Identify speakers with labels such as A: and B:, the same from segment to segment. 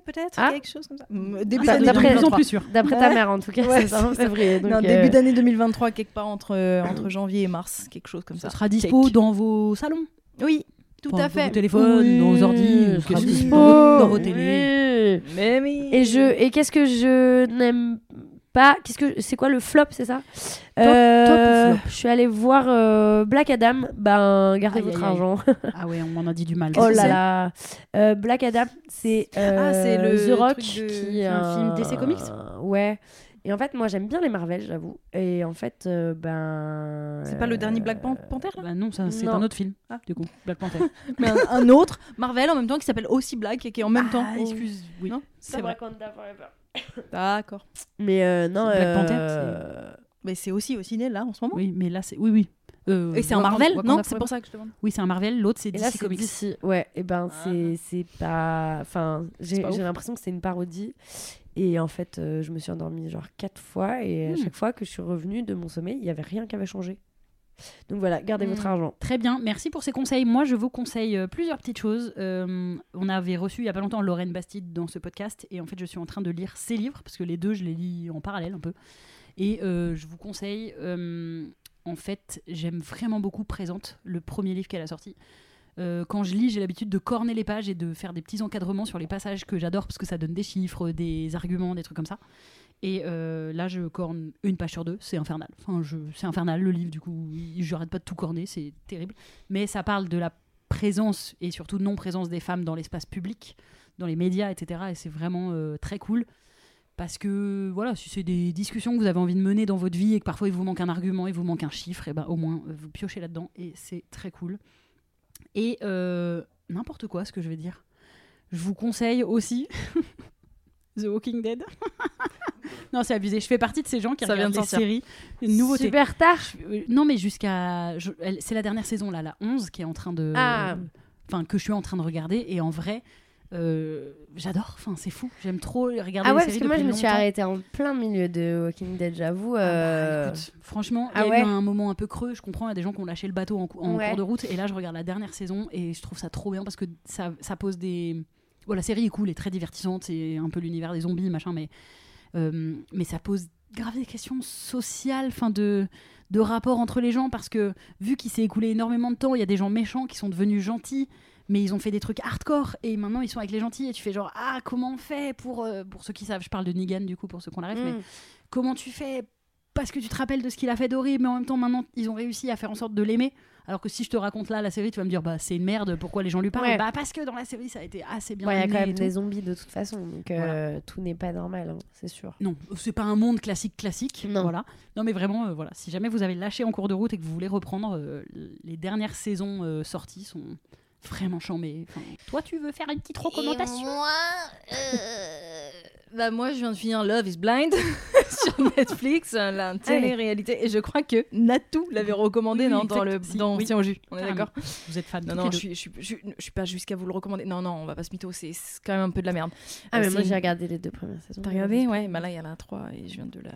A: peut-être
B: Ah.
A: quelque chose comme ça. Mm, Début
B: Ça-
C: Ça
B: d'année
C: devient de
B: d'après-
C: plus en plus sûr.
B: D'après ta
A: Ouais.
B: mère, en tout cas,
A: Ouais,
B: c'est ça, en
A: c'est-
B: février. donc,
A: Non,
B: euh,
A: début d'année 2023, quelque part entre, euh, entre janvier et mars, quelque chose comme
C: Ça
A: ça.
C: sera dispo
A: Check.
C: dans vos salons,
A: Oui, tout
C: Enfin,
A: à
C: dans
A: fait.
C: vos téléphones,
B: Oui,
C: dans vos ordi,
B: elle
C: ou
B: sera
C: Oh, qu'est-ce que c'est,
B: dispo.
C: dans, dans vos télés.
B: Oui.
A: Mais oui.
B: Et je et qu'est-ce que je n'aime pas Qu'est-ce que c'est quoi le flop C'est ça Euh,
C: top ou flop
B: Je suis allée voir euh, Black Adam. Ben gardez
C: Aïe,
B: votre
C: aïe, aïe.
B: argent.
C: Ah ouais, on en a dit du mal.
B: Oh
A: que
B: là
A: c'est
B: là. Euh, Black Adam, c'est euh,
A: Ah, c'est le
B: The Rock
A: truc de-
B: qui est
C: un film DC Comics
B: Ouais. Et en fait, moi j'aime bien les Marvel, j'avoue. Et en fait, euh, ben.
A: C'est pas le dernier Black Pan- Panther là
C: Bah non, ça, c'est
B: Non.
C: un autre film,
A: Ah.
C: du coup, Black Panther.
A: Mais un, un autre, Marvel en même temps, qui s'appelle aussi Black et qui est en même temps.
C: Ah, excuse, oui.
A: Non,
C: c'est vrai.
A: D'accord.
B: Mais euh, non.
C: C'est Black Panther,
B: euh,
A: Mais c'est aussi au ciné là en ce moment.
C: Oui, mais là, c'est... Oui, oui. Euh,
A: Et c'est un
C: Wakanda-
A: Marvel
C: Wakanda
A: Non, c'est
C: Forever.
A: pour ça que je te demande.
C: Oui, c'est un Marvel, l'autre, c'est
B: Et là,
C: DC
B: c'est
C: Comics.
B: DC. Ouais, et ben
A: Ah.
B: c'est c'est pas. Enfin, j'ai
A: C'est pas ouf.
B: j'ai l'impression que c'est une parodie. Et en fait, euh, je me suis endormie genre quatre fois. Et à
C: Hmm.
B: chaque fois que je suis revenue de mon sommeil, il y avait rien qui avait changé. Donc voilà, gardez votre
A: Hmm.
B: argent.
C: Très bien, merci pour ces conseils. Moi, je vous conseille euh, plusieurs petites choses. Euh, on avait reçu il y a pas longtemps Lorraine Bastide dans ce podcast, et en fait, je suis en train de lire ses livres, parce que les deux, je les lis en parallèle un peu. Et euh, je vous conseille, euh, en fait, j'aime vraiment beaucoup Présente, le premier livre qu'elle a sorti. Euh, quand je lis, j'ai l'habitude de corner les pages et de faire des petits encadrements sur les passages que j'adore, parce que ça donne des chiffres, des arguments, des trucs comme ça. Et euh, là, je corne une page sur deux, c'est infernal. Enfin, je, c'est infernal le livre, du coup, il- j'arrête pas de tout corner, c'est terrible mais ça parle de la présence et surtout non-présence des femmes dans l'espace public, dans les médias, etc. Et c'est vraiment euh, très cool. Parce que voilà, si c'est des discussions que vous avez envie de mener dans votre vie et que parfois il vous manque un argument, il vous manque un chiffre, et ben au moins euh, vous piochez là-dedans et c'est très cool. Et euh, n'importe quoi, ce que je vais dire. Je vous conseille aussi The Walking Dead. non, c'est abusé. Je fais partie de ces gens qui
A: Ça vient
C: regardent
A: de
C: les
A: sortir.
C: séries. Une nouveauté.
B: Super tard.
C: Euh, Non, mais jusqu'à. je- elle- C'est la dernière saison, là, la 11, qui est en train de.
B: Ah.
C: Enfin, que je suis en train de regarder. Et en vrai, euh, j'adore. Enfin, c'est fou. J'aime trop regarder les
B: Ah ouais, parce
C: séries
B: que moi je
C: depuis
B: me suis
C: longtemps.
B: arrêtée en plein milieu de Walking Dead, j'avoue.
C: Ah bah,
B: euh,
C: écoute, franchement, il
B: ah
C: y a
B: ouais.
C: eu un moment un peu creux. Je comprends, il y a des gens qui ont lâché le bateau en, cou- en
B: Ouais.
C: cours de route. Et là, je regarde la dernière saison et je trouve ça trop bien parce que ça, ça pose des, Bon, la série est cool, elle est très divertissante, c'est un peu l'univers des zombies, machin, mais, euh, mais ça pose grave des questions sociales, enfin de, de rapport entre les gens, parce que vu qu'il s'est écoulé énormément de temps, il y a des gens méchants qui sont devenus gentils, mais ils ont fait des trucs hardcore, et maintenant ils sont avec les gentils, et tu fais genre, ah, comment on fait pour, euh, pour ceux qui savent, je parle de Negan du coup, pour ceux qu'on arrive, mais
B: Mm.
C: comment tu fais parce que tu te rappelles de ce qu'il a fait d'horrible, mais en même temps, maintenant, ils ont réussi à faire en sorte de l'aimer. Alors que si je te raconte là la série, tu vas me dire, bah c'est une merde, pourquoi les gens lui parlent
B: Ouais.
C: Bah parce que dans la série, ça a été assez bien.
B: Ouais, il y a
C: amené
B: quand
C: et
B: même
C: tout.
B: des zombies de toute façon, donc euh,
C: Voilà.
B: tout n'est pas normal, hein, c'est sûr.
C: Non, c'est pas un monde classique classique.
B: Non.
C: Voilà. Non, mais vraiment, euh, voilà. Si jamais vous avez lâché en cours de route et que vous voulez reprendre, euh, les dernières saisons euh, sorties sont vraiment chambées. Enfin, toi, tu veux faire une petite
A: Et
C: recommandation
A: moi, euh, bah moi, je viens de finir Love is Blind sur Netflix, euh, la télé-réalité, et je crois que Natou l'avait recommandé
C: Oui,
A: non,
C: exact,
A: dans le
C: si,
A: dans
C: oui,
A: Tiens au jus. On est
C: carrément.
A: d'accord.
C: Vous êtes fan
A: Non,
C: toutes les
A: non, je
C: deux.
A: suis, je suis, je, je suis pas jusqu'à vous le recommander. Non, non, on va pas se mytho, c'est c'est quand même un peu de la merde. Euh,
B: Ah, mais
A: C'est
B: moi
A: une-
B: j'ai regardé les deux premières saisons.
A: T'as regardé Ouais, bah là il y en a trois et je viens de la,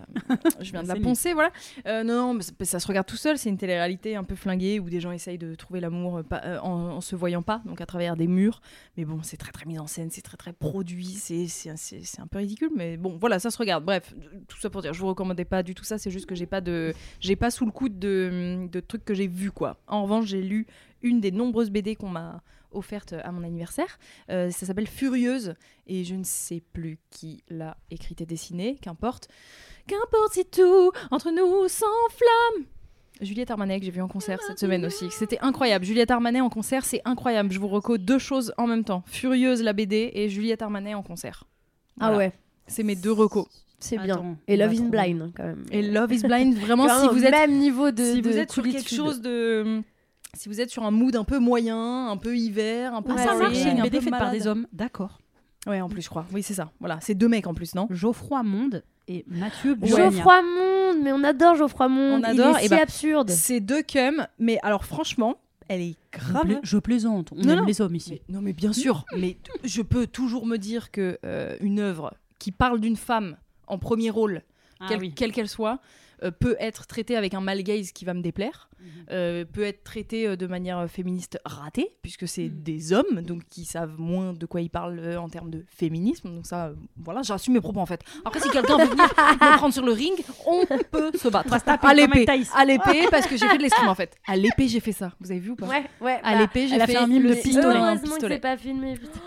A: je viens de la
C: C'est nul.
A: poncer, voilà. Euh, non, non, mais ça, ça se regarde tout seul, c'est une télé-réalité un peu flinguée où des gens essayent de trouver l'amour euh, pas- euh, en, en se voyant pas, donc à travers des murs. Mais bon, c'est très très mis en scène, c'est très très produit, c'est c'est- c'est- c'est un peu ridicule, mais bon, voilà, ça se regarde. Bref, tout ça pour dire, je vous recommandais pas du tout ça, c'est juste que j'ai pas de, j'ai pas sous le coude de, de trucs que j'ai vus quoi. En revanche, j'ai lu une des nombreuses BD qu'on m'a offerte à mon anniversaire. Euh, ça s'appelle Furieuse et je ne sais plus qui l'a écrite et dessinée, qu'importe. Qu'importe, c'est tout, entre nous sans flamme. Juliette Armanet que j'ai vu en concert cette semaine aussi. C'était incroyable. Juliette Armanet en concert, c'est incroyable. Je vous reco deux choses en même temps. Furieuse la BD et Juliette Armanet en concert.
B: Ah
A: Voilà.
B: ouais,
A: C'est mes deux recos.
B: c'est bien.
C: Attends,
B: Et
C: on va
B: Love is
C: trouver.
B: Blind hein, quand même.
A: Et Love is Blind, vraiment,
B: Quand
A: si
B: même au
A: vous êtes
B: même niveau de
A: si
B: de
A: vous êtes sur quelque
B: coolitude.
A: chose de si vous êtes sur un mood un peu moyen, un peu hiver, un peu
C: Ah,
B: Ouais,
C: ça
B: c'est
C: marche, c'est
B: vrai.
C: une
A: un
C: BD
A: peu
C: faite par
A: malade.
C: des hommes. D'accord.
A: Ouais, en plus je crois. Oui, c'est ça. Voilà, c'est deux mecs en plus, non
C: Geoffroy Monde et Mathieu Boignat.
B: Geoffroy Monde, mais on adore Geoffroy Monde.
A: On adore,
B: Il est
A: et
B: si
A: bah,
B: absurde.
A: C'est deux cums, mais alors franchement, elle est
C: Je,
A: grave.
C: pla- je plaisante. On
A: Non,
C: aime
A: non.
C: les hommes ici.
A: Mais- non mais bien sûr, mais t- je peux toujours me dire que euh, une œuvre qui parle d'une femme en premier rôle,
C: Ah
A: quelle
C: oui.
A: quelle qu'elle soit, euh, peut être traitée avec un male gaze qui va me déplaire,
C: Mhm.
A: euh, peut être traitée euh, de manière euh, féministe ratée puisque c'est
C: Mhm.
A: des hommes donc qui savent moins de quoi ils parlent euh, en termes de féminisme. Donc ça, euh, voilà, j'assume mes propos en fait. Après si quelqu'un veut venir me prendre sur le ring, on peut se battre. à
C: comme
A: l'épée,
C: Mike Tyson.
A: à l'épée parce que j'ai fait de l'escrime en fait. À l'épée j'ai fait ça. Vous avez vu ou pas
B: Ouais, ouais.
A: À
B: bah,
A: l'épée j'ai
C: elle a fait un mime
A: le
C: de pistolet.
A: un
B: Heureusement que
A: pistolet.
B: c'est pas filmé. putain.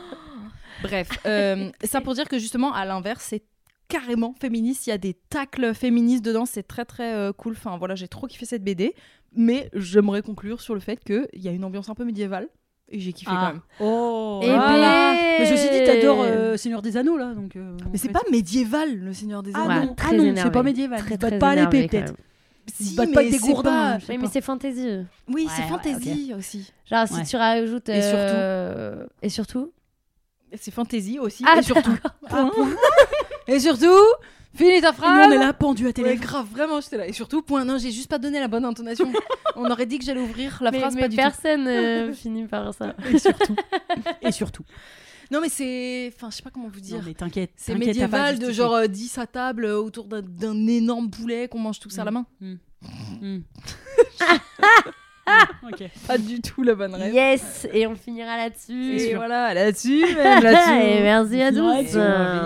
A: Bref, euh, ça pour dire que justement, à l'inverse, c'est carrément féministe. Il y a des tacles féministes dedans, c'est très très euh, cool. Enfin voilà, j'ai trop kiffé cette BD. Mais j'aimerais conclure sur le fait qu'il y a une ambiance un peu médiévale. Et j'ai kiffé
C: Ah.
A: quand même.
C: Oh
B: Eh
C: voilà.
B: ben.
C: Mais ceci dit, t'adores euh, Seigneur des Anneaux là, donc. euh, en
A: Mais c'est
C: fait.
A: pas médiéval, le Seigneur des
C: Ah
A: Anneaux.
B: Ouais,
C: non, ah
B: très
C: non,
B: énervé.
C: c'est pas médiéval.
B: Très,
C: Ils se battent
B: très
C: pas à
B: énervé,
C: l'épée
B: quand
C: peut-être.
B: même.
C: Ils
A: Si,
C: battent pas
A: mais
C: avec des
A: c'est
C: gourdins.
A: pas-
C: je sais
B: Oui,
C: pas.
B: mais c'est fantasy.
A: Oui,
C: Ouais,
A: c'est
C: ouais,
A: fantasy aussi.
B: Genre, si
C: Ouais.
B: tu rajoutes.
A: Et surtout.
B: euh, Et surtout.
A: C'est fantasy aussi.
B: Ah,
A: et surtout.
C: Ah, point.
A: et surtout, finis ta
C: Et nous,
A: phrase.
C: on est là pendu à
A: Ouais,
C: télé.
A: grave, vraiment, j'étais là. Et surtout, point. Non, j'ai juste pas donné la bonne intonation. On aurait dit que j'allais ouvrir la
B: mais,
A: phrase
B: mais
A: pas du tout.
B: personne euh, finit par ça.
C: Et surtout. Et surtout.
A: Non, mais c'est. Enfin, je sais pas comment vous dire.
C: Non, mais t'inquiète.
A: C'est
C: t'inquiète, t'as pas à
A: médiéval de
C: justifier.
A: genre euh, 10 à table euh, autour d'un- d'un énorme poulet qu'on mange tous à la main.
C: Hmm. Ok.
A: Pas du tout la bonne
B: Yes Et on finira là-dessus.
A: Et
B: Et
A: voilà, là-dessus, même là-dessus.
B: merci à tous.
C: Direct.